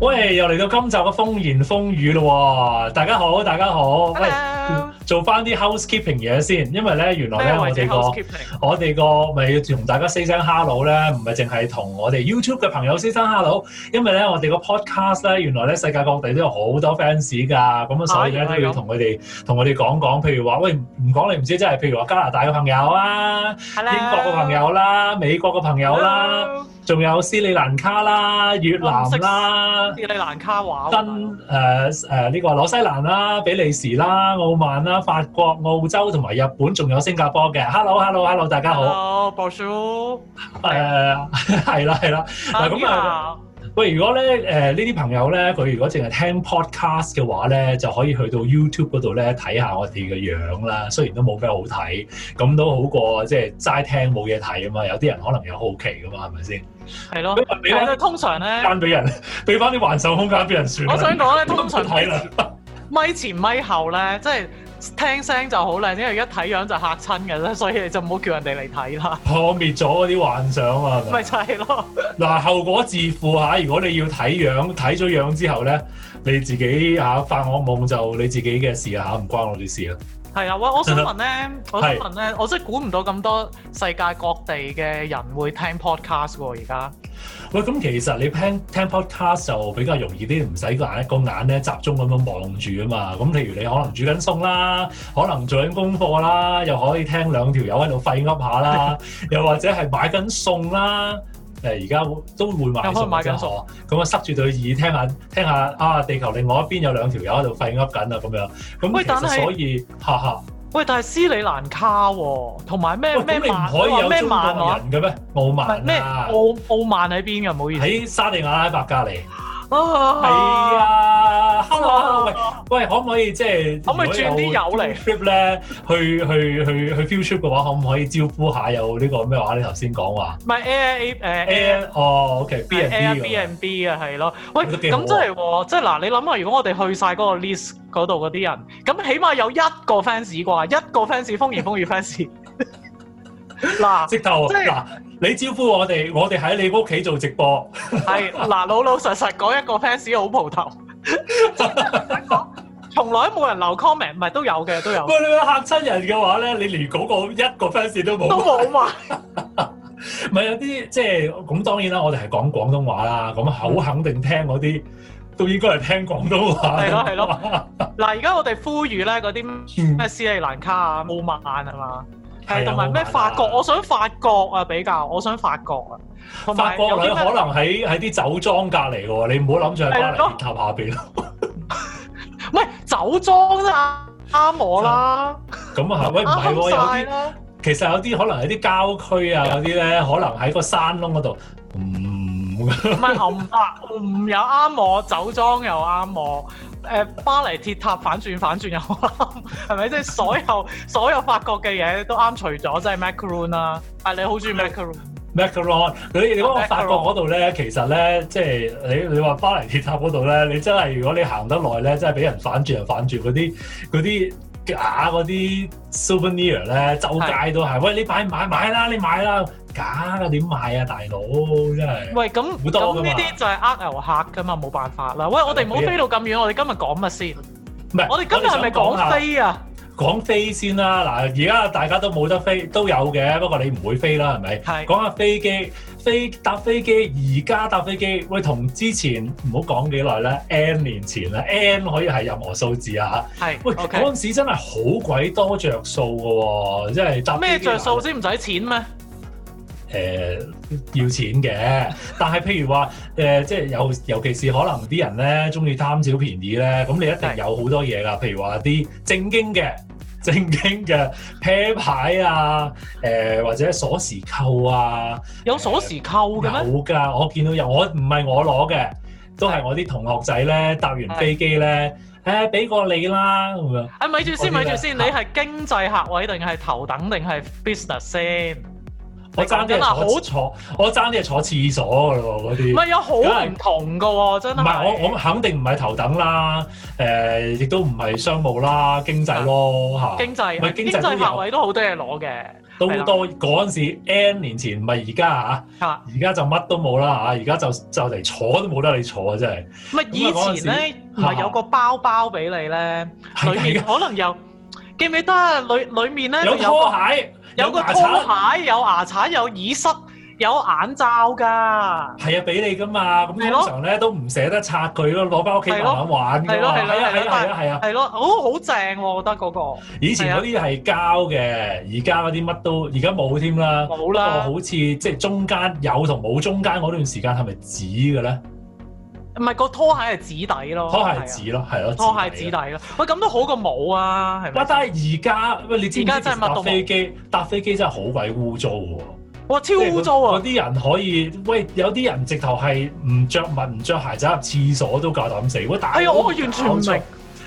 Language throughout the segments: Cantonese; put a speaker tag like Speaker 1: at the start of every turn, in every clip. Speaker 1: 喂，又嚟到今集嘅風言風語咯喎！大家好，大家好。喂，
Speaker 2: Hello，
Speaker 1: 做翻啲 housekeeping 嘢先，因為咧原來咧我哋個
Speaker 2: 啊 housekeeping？
Speaker 1: 我哋個咪要同大家 say 聲 hello 咧，唔係淨係同我哋 YouTube 嘅朋友 say 聲 hello，因為咧我哋個 podcast 咧原來咧世界各地都有好多 fans 㗎，咁啊所以咧
Speaker 2: 原來
Speaker 1: 都
Speaker 2: 係咁
Speaker 1: 要同佢哋同我哋講講，譬如話喂唔講你唔知，即係譬如話加拿大嘅朋友啊、
Speaker 2: 係
Speaker 1: 英
Speaker 2: 啦
Speaker 1: 國嘅朋友啦、美國嘅朋友啦。
Speaker 2: Hello，
Speaker 1: 仲有斯里蘭卡啦、越南啦、
Speaker 2: 斯里蘭卡話
Speaker 1: 新誒誒呃呢個紐西蘭啦、比利時啦、澳曼啦、法國、澳洲同埋日本，仲有新加坡嘅。Hello，Hello，Hello，大家好。
Speaker 2: ，Hello，Bonjour，
Speaker 1: 誒 係啦係啦。嗱咁啊，喂，如果咧誒呢啲朋友咧，佢如果淨係聽 podcast 嘅話咧，就可以去到 YouTube 嗰度咧睇下我哋嘅樣啦。雖然都冇咩好睇，咁都好過即係齋聽冇嘢睇啊嘛。有啲人可能有好奇噶嘛，係咪先？
Speaker 2: 係咯，
Speaker 1: 咁啊俾
Speaker 2: 但
Speaker 1: 翻
Speaker 2: 係通常咧，
Speaker 1: 間俾人， 俾翻啲還手空間俾人算啦。
Speaker 2: 我想講咧，通常
Speaker 1: 睇啦，
Speaker 2: 咪前咪後咧，即係聽聲就好靚，因為一睇樣就嚇親嘅啦， 所以你就唔好叫人哋嚟睇啦，
Speaker 1: 破滅咗嗰啲幻想啊！係咪
Speaker 2: 咪就係咯，
Speaker 1: 嗱，後果自負嚇。如果你要睇樣，睇咗樣之後咧，你自己嚇發惡夢就你自己嘅事嚇，唔關我哋事啊。
Speaker 2: 係啊，喂，我想問咧，我想問咧，我真係估唔到咁多世界各地嘅人會聽 podcast 喎，而家
Speaker 1: 喂，咁其實你聽聽 podcast 就比較容易啲，唔使個眼個眼咧集中咁樣望住啊嘛。咁譬如你可能煮緊餸啦，可能做緊功課啦，又可以聽兩條友喺度廢噏下 啦，又或者係買緊餸啦。誒而家都會買
Speaker 2: 又可以買
Speaker 1: 餸
Speaker 2: 緊
Speaker 1: 嘅
Speaker 2: 餸
Speaker 1: 嗬，咁啊塞住對耳聽下聽下啊，地球另外一邊有兩條友喺度廢噏緊啊咁樣。咁
Speaker 2: 喂
Speaker 1: 其
Speaker 2: 但
Speaker 1: 實
Speaker 2: 係
Speaker 1: 所以，哈哈，
Speaker 2: 喂，但係斯里蘭卡喎，同埋咩
Speaker 1: 喂咁
Speaker 2: 咩
Speaker 1: 你唔
Speaker 2: 曼
Speaker 1: 可以有
Speaker 2: 咩
Speaker 1: 中
Speaker 2: 曼
Speaker 1: 國
Speaker 2: 話，
Speaker 1: 人嘅啊咩？傲
Speaker 2: 唔係
Speaker 1: 慢
Speaker 2: 咩
Speaker 1: 啊！
Speaker 2: 澳澳曼喺邊嘅？唔好意思，
Speaker 1: 喺沙地阿拉伯隔離。係
Speaker 2: 係，
Speaker 1: 啊，hello，喂。喂，可唔可以即係
Speaker 2: 哦可唔可以轉啲
Speaker 1: 如果
Speaker 2: 友嚟
Speaker 1: field trip 咧？去去去去 field trip 嘅話，可唔可以招呼下有呢個咩話？你頭先講話
Speaker 2: 唔係 Air A 誒
Speaker 1: Air 哦，OK，B
Speaker 2: Air
Speaker 1: and B
Speaker 2: B N B 啊，係咯，喂，
Speaker 1: 都幾好啊
Speaker 2: 咁真係喎，即係嗱，你諗下，如果我哋去晒嗰個 list 嗰度嗰啲人，咁起碼有一個 fans 啩，一個 fans 風言風 語 fans，嗱
Speaker 1: 直頭
Speaker 2: 即係
Speaker 1: 嗱，你招呼我哋，我哋喺你屋企做直
Speaker 2: 哦
Speaker 1: 播，
Speaker 2: 係嗱老老實實講一個 fans 好蒲頭，從來都冇人留 comment，唔係都有嘅都有
Speaker 1: 喂，你嚇親人嘅話咧，你連嗰個一個 fans 都
Speaker 2: 都
Speaker 1: 冇，
Speaker 2: 冇嘛，
Speaker 1: 唔係有啲即係咁當然啦，我哋係講廣東話啦，咁
Speaker 2: 嗯
Speaker 1: 口肯定聽嗰啲都應該係聽廣東話，
Speaker 2: 係咯 係咯，嗱而家我哋呼籲咧嗰啲。
Speaker 1: 嗯，
Speaker 2: 咩斯里蘭卡啊、奧曼啊嘛，
Speaker 1: 係啊
Speaker 2: 誒同埋咩
Speaker 1: 奧曼啊
Speaker 2: 法國，我想法國啊比較，我想法國啊，同
Speaker 1: 法
Speaker 2: 埋有
Speaker 1: 國女
Speaker 2: 啲
Speaker 1: 可
Speaker 2: 咩
Speaker 1: 能喺喺啲酒莊隔離喎，你唔好諗住喺巴黎
Speaker 2: 係咯
Speaker 1: 鐵塔下邊。
Speaker 2: 喂酒莊啊啱我啦，
Speaker 1: 咁啊， 喂，唔係喎，
Speaker 2: 啱
Speaker 1: 有
Speaker 2: 晒
Speaker 1: 啲
Speaker 2: 啦，
Speaker 1: 其實有啲可能喺啲郊區啊嗰啲咧，可能喺個山窿嗰度，嗯，
Speaker 2: 唔係紅白唔又啱我，酒莊又啱我。誒巴黎鐵塔反轉反轉又啱，係咪？即係所有所有法國嘅嘢都啱，除咗即係 macaron 啦。但係你好中意 macaron，
Speaker 1: macaron 嗰啲，你講我
Speaker 2: Macaron
Speaker 1: 法國嗰度咧，其實咧，即係你你話巴黎鐵塔嗰度咧，你真係如果你行得耐咧，真係俾人反轉人反轉嗰啲嗰啲。假嗰啲 souvenir 咧，周街都係。喂，你買買買啦，你買啦，假嘅點買啊，大佬真係。
Speaker 2: 喂咁
Speaker 1: 好多㗎
Speaker 2: 咁
Speaker 1: 嘛啊
Speaker 2: 呢啲就係呃遊客㗎嘛，冇辦法啦。喂，我哋唔好
Speaker 1: 俾
Speaker 2: 飛
Speaker 1: 人
Speaker 2: 到咁遠，我哋今日講乜先？
Speaker 1: 唔係，
Speaker 2: 我哋今日係咪講
Speaker 1: 下
Speaker 2: 飛啊？
Speaker 1: 講飛先啦，嗱，而家大家都冇得飛，都有嘅，不過你唔會飛啦，係咪？
Speaker 2: 係
Speaker 1: 講下飛機，飛搭飛機，而家搭飛機，喂，同之前唔好講幾耐啦，N 年前啦，N 可以係任何數字啊嚇。
Speaker 2: 係
Speaker 1: 喂，嗰
Speaker 2: OK。
Speaker 1: 陣時真係好鬼多着數嘅喎，即係搭飛機
Speaker 2: 咩着數先唔使錢咩？
Speaker 1: 誒、呃要錢嘅，但係譬如話誒、即係尤尤其是可能啲人咧中意貪小便宜咧，咁你一定
Speaker 2: 係
Speaker 1: 有好多嘢噶，譬如話啲正經嘅。 正經嘅啤牌啊，誒、或者鎖匙扣啊，
Speaker 2: 有鎖匙扣
Speaker 1: 有
Speaker 2: 嘅咩？
Speaker 1: 㗎，我見到有，我唔係我攞嘅，都係我啲同學仔咧搭完飛機咧，誒俾、個你啦咁樣，
Speaker 2: 啊，咪住先，
Speaker 1: 我
Speaker 2: 咪
Speaker 1: 知啦
Speaker 2: 住先，你係經濟客位定係頭等定係 business 先？
Speaker 1: 我爭啲
Speaker 2: 你講緊啊
Speaker 1: 係坐坐，我爭啲係坐廁所㗎咯喎嗰啲
Speaker 2: 唔。係有好唔同嘅喎，真
Speaker 1: 嗯唔係
Speaker 2: 係。
Speaker 1: 我我肯定唔係頭等啦，誒、亦都唔係商務啦，經濟咯嚇。
Speaker 2: 啊經濟
Speaker 1: 唔係經濟都有
Speaker 2: 客位都好多嘢攞嘅，
Speaker 1: 到
Speaker 2: 係啦
Speaker 1: 到嗰陣時 N 年前，唔係而家啊，
Speaker 2: 嚇，
Speaker 1: 而家就乜都冇啦啊，而家就就嚟坐都冇得你坐啊，真係。
Speaker 2: 唔係
Speaker 1: 啊
Speaker 2: 以前咧，唔係有個包包俾你咧，
Speaker 1: 係啊
Speaker 2: 裡
Speaker 1: 係
Speaker 2: 面
Speaker 1: 㗎
Speaker 2: 可能有記唔記得啊？裡裡面咧
Speaker 1: 有拖鞋，
Speaker 2: 有個
Speaker 1: 牙
Speaker 2: 拖
Speaker 1: 刷，
Speaker 2: 鞋，有牙刷，有耳塞，有眼罩㗎。
Speaker 1: 係啊，俾你噶嘛。咁
Speaker 2: 係咯
Speaker 1: 通常咧都唔捨得拆佢咯，攞翻屋企慢
Speaker 2: 係咯
Speaker 1: 慢玩㗎
Speaker 2: 係咯
Speaker 1: 嘛。
Speaker 2: 係咯
Speaker 1: 係啊
Speaker 2: 係
Speaker 1: 係啊
Speaker 2: 咯
Speaker 1: 係啊係啊。
Speaker 2: 係咯，好好正喎，我覺得嗰個
Speaker 1: 以前嗰啲係膠嘅，而家嗰啲乜都而家冇添啦。
Speaker 2: 冇
Speaker 1: 不過
Speaker 2: 啦
Speaker 1: 好，似即係中間有同冇中間嗰段時間係咪紙嘅咧？
Speaker 2: 唔係個拖鞋係紙底咯，
Speaker 1: 拖鞋
Speaker 2: 係啊
Speaker 1: 紙咯，係啊咯，
Speaker 2: 拖鞋
Speaker 1: 紙
Speaker 2: 紙
Speaker 1: 底咯。
Speaker 2: 底咯。喂，咁都好過冇啊，係
Speaker 1: 哇！
Speaker 2: 咪？
Speaker 1: 但係而家喂，你知唔知
Speaker 2: 而家
Speaker 1: 其
Speaker 2: 真係
Speaker 1: 實
Speaker 2: 乜
Speaker 1: 搭
Speaker 2: 都冇
Speaker 1: 飛機搭飛機真係好鬼污糟喎！
Speaker 2: 哇，超污糟
Speaker 1: 嗰
Speaker 2: 啊！
Speaker 1: 啲人可以喂，有啲人直頭係唔着襪唔着鞋走入廁所都夠膽死。喂，大佬
Speaker 2: 哎呀，我完全唔
Speaker 1: 搞錯
Speaker 2: 明，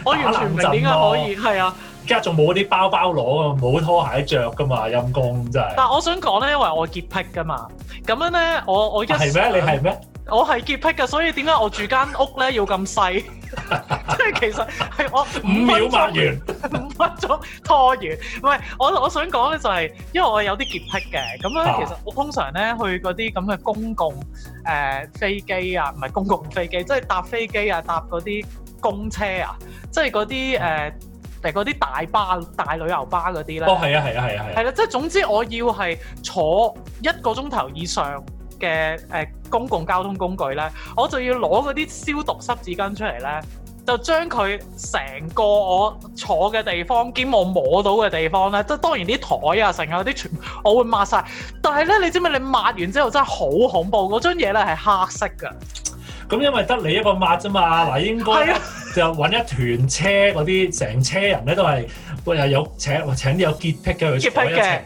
Speaker 2: 我完全唔明點解可以係啊！
Speaker 1: 而家仲冇啲包包攞啊，冇拖鞋着噶嘛，陰公真係。
Speaker 2: 但係我想講咧，因為我潔癖噶嘛，咁樣咧，我我一
Speaker 1: 係咩？你係咩？
Speaker 2: 我係潔癖嘅，所以點解我住間屋咧要咁細？ 即係其實係我
Speaker 1: 五秒抹
Speaker 2: 分鐘
Speaker 1: 完。
Speaker 2: 五分鐘拖完，唔係我我想講咧就係、因為我有啲潔癖嘅，咁
Speaker 1: 啊
Speaker 2: 咧其實我通常咧去嗰啲咁嘅公共誒、呃、飛機啊，唔係公共飛機，即係搭飛機啊，搭嗰啲公車啊，即係嗰啲誒誒嗰啲大巴、大旅遊巴嗰啲咧，
Speaker 1: 哦，係啊，係啊，係啊，係啊。
Speaker 2: 係啦、即係總之我要係坐一個鐘頭以上。嘅誒、呃公共交通工具咧，我就要攞嗰啲消毒濕紙巾出嚟咧，就將佢成個我坐嘅地方兼我摸到嘅地方咧，即係當然啲台啊、成啊嗰啲全，我會抹晒。但係咧，你知唔知你抹完之後真係好恐怖，嗰張嘢咧係黑色㗎，
Speaker 1: 咁因為得你一個抹啫嘛，嗱應該
Speaker 2: 係啊，
Speaker 1: 就揾一團車嗰啲成車人咧都係喂又有請請啲有潔癖嘅去
Speaker 2: 潔
Speaker 1: 坐一齊
Speaker 2: 癖嘅。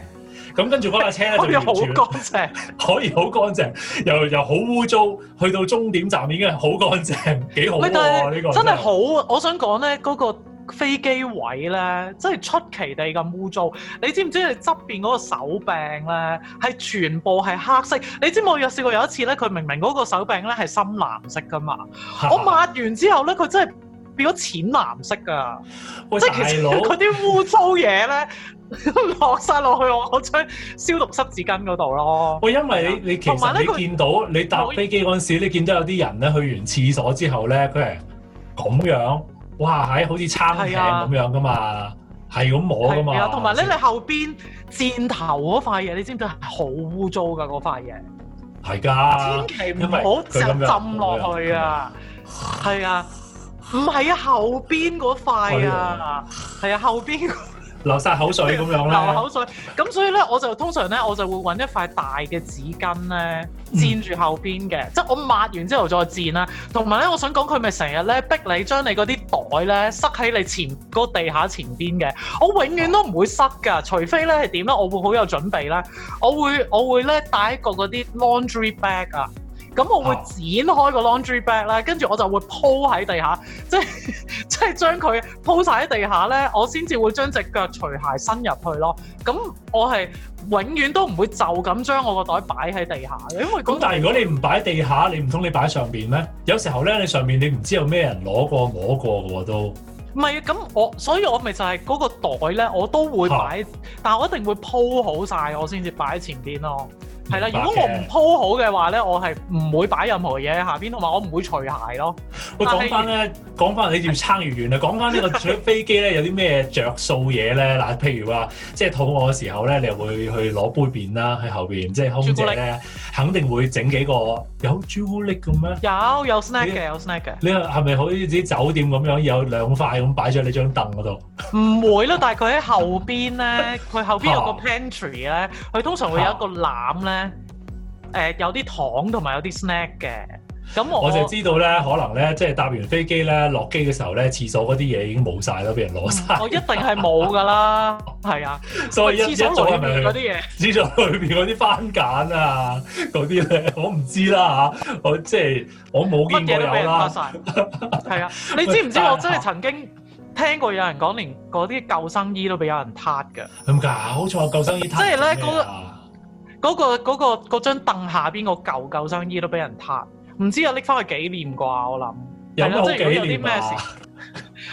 Speaker 1: 咁跟住嗰架車咧
Speaker 2: 好似
Speaker 1: 就
Speaker 2: 好
Speaker 1: 完全
Speaker 2: 乾淨。
Speaker 1: 可以好乾淨，又又好污糟，去到終點站已經係好乾淨，幾好
Speaker 2: 喂，但
Speaker 1: 喎呢
Speaker 2: 係
Speaker 1: 個
Speaker 2: 啊真係好，啊我想講咧嗰個飛機位咧，真係出奇地咁污糟。你知唔知你側邊嗰個手柄咧係全部係黑色？你知唔知我有試過有一次咧，佢明明嗰個手柄咧係深藍色噶 嘛，我抹完之後咧，佢真係變咗淺藍色噶，
Speaker 1: 喂
Speaker 2: 即係其實
Speaker 1: 大佬，
Speaker 2: 嗰啲污糟嘢咧落晒落去我嗰張消毒濕紙巾嗰度咯。
Speaker 1: 喂，因為你你其
Speaker 2: 同埋呢
Speaker 1: 實
Speaker 2: 佢
Speaker 1: 你見到你搭飛機嗰陣時，你見到有啲人咧去完廁所之後咧，佢係咁樣，哇係好似撐艇
Speaker 2: 係啊
Speaker 1: 咁樣噶嘛，係咁摸噶
Speaker 2: 係
Speaker 1: 嘛，
Speaker 2: 啊，同埋咧，你後邊箭頭嗰塊嘢，你知唔知係好污糟㗎嗰塊嘢？
Speaker 1: 係㗎。
Speaker 2: 千祈
Speaker 1: 因
Speaker 2: 唔
Speaker 1: 為
Speaker 2: 好
Speaker 1: 佢
Speaker 2: 浸
Speaker 1: 咁樣
Speaker 2: 浸落去啊！係啊，唔係啊，後邊嗰塊啊，
Speaker 1: 哎
Speaker 2: 係啊，後邊
Speaker 1: 流晒口水咁樣
Speaker 2: 流
Speaker 1: 啦，
Speaker 2: 口水。咁所以咧，我就通常咧，我就會揾一塊大嘅紙巾咧，
Speaker 1: 嗯
Speaker 2: 墊住後邊嘅，即係我抹完之後再墊啦。同埋咧，我想講佢咪成日咧逼你將你嗰啲袋咧塞喺你前嗰地下前邊嘅。我永遠都唔會塞㗎，除非咧係點咧，我會好有準備啦。我會我會咧帶一個嗰啲 laundry bag 啊。咁我會
Speaker 1: 啊
Speaker 2: 剪開個 laundry bag 啦，跟住我就會鋪喺地下，即係即係將佢鋪晒喺地下咧，我先至會將只腳除鞋伸入去咯。咁我係永遠都唔會就咁將我個袋擺喺地下嘅，因為
Speaker 1: 咁
Speaker 2: 嗰
Speaker 1: 但係如果你唔擺地下，你唔通你擺上邊咩？有時候咧，你上面你唔知有咩人攞過摸過嘅喎都。
Speaker 2: 唔係啊咁我，所以我咪就係嗰個袋咧，我都會擺，但係我一定會鋪好晒，我先至擺喺前邊咯。係啦，
Speaker 1: 明
Speaker 2: 如
Speaker 1: 白
Speaker 2: 果我唔
Speaker 1: 嘅
Speaker 2: 鋪好嘅話咧，我係唔會擺任何嘢喺下邊，同埋我唔會除鞋咯。
Speaker 1: 喂，
Speaker 2: 但
Speaker 1: 講
Speaker 2: 係
Speaker 1: 翻咧，講翻你要撐越遠啦，講翻呢個 飛機咧有啲咩着數嘢咧？嗱，譬如話即係肚餓嘅時候咧，你又會去攞杯麵啦，喺後邊即係空姐咧肯定會整幾個有朱古力嘅咩？
Speaker 2: 有有 snack
Speaker 1: 你
Speaker 2: 嘅，有 snack 嘅。
Speaker 1: 你係咪好似啲酒店咁樣有兩塊咁擺咗喺你張凳嗰度？
Speaker 2: 唔會啦，但係佢喺後 邊咧，佢後邊有個
Speaker 1: 啊
Speaker 2: pantry 咧，佢通常會有一個籃咧，誒、有啲糖同埋有啲 snack 嘅。咁我
Speaker 1: 我就知道咧，可能咧，即係搭完飛機咧，落機嘅時候咧，廁所嗰啲嘢已經冇晒啦，俾人攞晒，
Speaker 2: 我一定係冇㗎 啦，係啊，
Speaker 1: 所以一一
Speaker 2: 廁
Speaker 1: 早
Speaker 2: 所
Speaker 1: 係
Speaker 2: 裏面嗰啲
Speaker 1: 咪
Speaker 2: 嘢，
Speaker 1: 知道裏邊嗰啲番梘啊嗰啲咧，我唔知啦嚇，我即係我冇
Speaker 2: 乜
Speaker 1: 見
Speaker 2: 嘢
Speaker 1: 過
Speaker 2: 都俾
Speaker 1: 有
Speaker 2: 人拋
Speaker 1: 啦，
Speaker 2: 晒。係 啊，你知唔知
Speaker 1: 但係
Speaker 2: 我真係曾經聽過有人講，連嗰啲救生衣都俾有人撻㗎。
Speaker 1: 咁搞錯救生衣攤
Speaker 2: 即係咧
Speaker 1: 咩啊
Speaker 2: 嗰、個嗰、個嗰張凳下邊個舊救生衣都俾人撻，唔知啊拎翻去紀念啩，我諗。
Speaker 1: 有乜好
Speaker 2: 係啦即係如果有
Speaker 1: 紀
Speaker 2: 啲
Speaker 1: 念
Speaker 2: 咩
Speaker 1: 啊
Speaker 2: 事？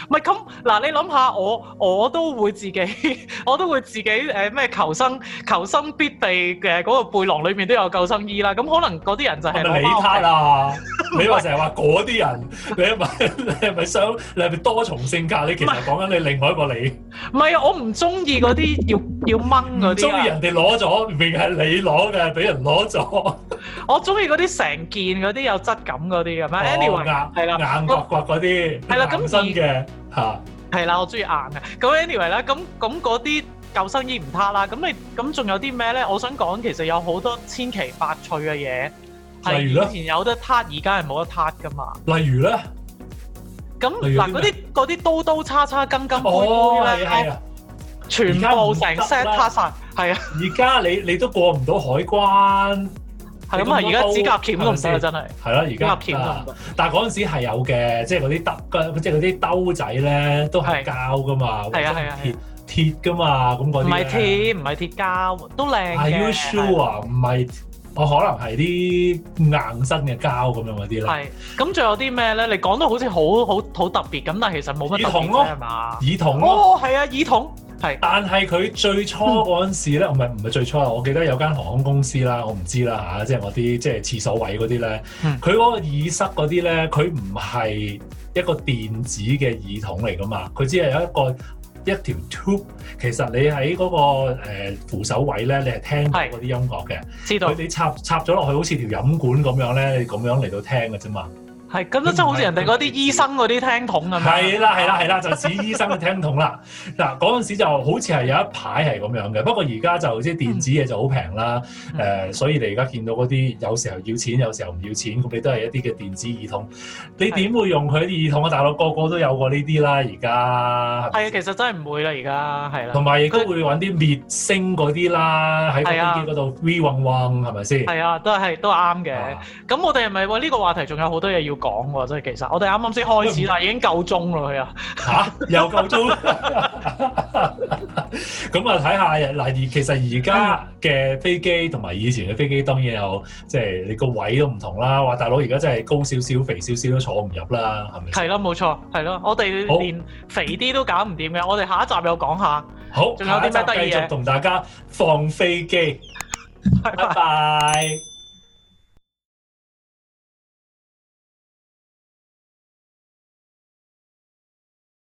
Speaker 2: 唔係咁嗱，你諗下，我我都會自己， 我都會自己誒咩、求生求生必備嘅嗰個背囊裏面都有救生衣啦。咁可能嗰啲人就係
Speaker 1: 係咪你
Speaker 2: 攞包
Speaker 1: 攤啊？你話成日話嗰啲人，你係咪 你係咪想你係咪多重性格？你其實講緊你另外一個你，
Speaker 2: 唔係啊，我唔中意嗰啲要要掹嗰
Speaker 1: 唔中
Speaker 2: 啲
Speaker 1: 意
Speaker 2: 啊，
Speaker 1: 人哋攞咗，明明係你攞嘅，俾人攞咗，
Speaker 2: 我中意嗰啲成件嗰啲有質感嗰啲咁
Speaker 1: 哦
Speaker 2: 啊。anyway，係啦。
Speaker 1: 硬角角嗰啲，
Speaker 2: 係啦咁
Speaker 1: 男生嘅嚇。
Speaker 2: 係啦，我中意硬嘅。咁 anyway 啦，咁咁嗰啲救生衣唔塌啦。咁你咁仲有啲咩咧？我想講其實有好多千奇百趣嘅嘢，係
Speaker 1: 例如呢
Speaker 2: 以前有得塌，而家係冇得塌噶嘛。
Speaker 1: 例如咧，
Speaker 2: 咁
Speaker 1: 例如啲
Speaker 2: 嗱，嗰
Speaker 1: 咩
Speaker 2: 啲嗰啲刀刀叉叉、金金杯
Speaker 1: 哦，
Speaker 2: 杯
Speaker 1: 係啊係
Speaker 2: 咧，
Speaker 1: 啊，
Speaker 2: 全
Speaker 1: 而家唔
Speaker 2: 部成
Speaker 1: 得
Speaker 2: set
Speaker 1: 啦
Speaker 2: 塌晒。係啊，
Speaker 1: 而家你你都過唔到海關，
Speaker 2: 係咁啊！
Speaker 1: 你咁多
Speaker 2: 而家指甲鉗都唔
Speaker 1: 係
Speaker 2: 得
Speaker 1: 咪
Speaker 2: 啦，
Speaker 1: 先
Speaker 2: 真係
Speaker 1: 係啦，而
Speaker 2: 指甲
Speaker 1: 家啊
Speaker 2: 鉗都唔得。
Speaker 1: 但係嗰陣時係有嘅，即係嗰啲兜，即係嗰啲兜仔咧都係
Speaker 2: 係
Speaker 1: 膠噶嘛，或者
Speaker 2: 係啊係啊係
Speaker 1: 鐵鐵噶嘛，咁嗰啲
Speaker 2: 唔係
Speaker 1: 呢。
Speaker 2: 貼，唔係貼膠，都靚
Speaker 1: Are you
Speaker 2: 嘅。
Speaker 1: sure 啊？唔係，我可能係啲硬身嘅膠咁樣嗰啲咧。
Speaker 2: 係咁，仲有啲咩咧？你講到好似好好好特別咁，但係其實冇乜特
Speaker 1: 耳筒
Speaker 2: 別
Speaker 1: 咯
Speaker 2: 啫係嘛？
Speaker 1: 耳筒咯，
Speaker 2: 哦，係啊，耳筒係
Speaker 1: 但係佢最初嗰陣時咧，唔係唔係最初啊！我記得有間航空公司啦，我唔知啦嚇，即係我啲即係廁所位嗰啲咧，
Speaker 2: 嗯
Speaker 1: 佢嗰個耳塞嗰啲咧，佢唔係一個電子嘅耳筒嚟噶嘛，佢只係有一個。一條 tube，其實你喺嗰、個、呃、扶手位咧，你係聽到
Speaker 2: 係
Speaker 1: 嗰啲音樂嘅。
Speaker 2: 知道
Speaker 1: 佢你插插咗落去，好似條飲管咁樣咧，你咁樣嚟到聽嘅啫嘛。
Speaker 2: 係咁都真係好似人哋嗰啲醫生嗰啲聽筒咁樣。
Speaker 1: 嗯係啦，係啦，係啦，就似醫生嘅聽筒啦。 嗱，嗰陣時就好似係有一排係咁樣嘅，不過而家就即係電子嘢就好平啦。誒、
Speaker 2: 嗯
Speaker 1: 所以你而家見到嗰啲有時候要錢，有時候唔要錢，咁你都係一啲嘅電子耳筒。你點會用佢啲耳筒啊？大佬個個都有過呢啲啦，而家。
Speaker 2: 係啊，其實真係唔會啦，而家係啦
Speaker 1: 同。埋亦都會揾啲滅聲嗰啲啦，喺個
Speaker 2: 係啊
Speaker 1: 飛機嗰度 V 嗡嗡係咪先？
Speaker 2: 係啊，都係都啱嘅
Speaker 1: 啊。
Speaker 2: 咁我哋係咪喂呢個話題仲有好多嘢要講喎？真係其實我哋啱啱先開始啦，已經夠鐘啦佢啊。
Speaker 1: 吓，又夠鐘，咁啊睇下嗱，而其實而
Speaker 2: 嗯
Speaker 1: 家嘅飛機同埋以前嘅飛機當然有，即係你個位都唔同啦。話大佬而家真係高少少、肥少少都坐唔入啦，係咪先？
Speaker 2: 係咯，冇錯，係咯，我
Speaker 1: 好
Speaker 2: 哋連肥啲都搞唔掂嘅。我哋下一集又講下。
Speaker 1: 好，
Speaker 2: 仲有啲咩
Speaker 1: 下一集
Speaker 2: 得意
Speaker 1: 繼
Speaker 2: 嘢
Speaker 1: 續同大家放飛機，
Speaker 2: 拜
Speaker 1: 拜拜。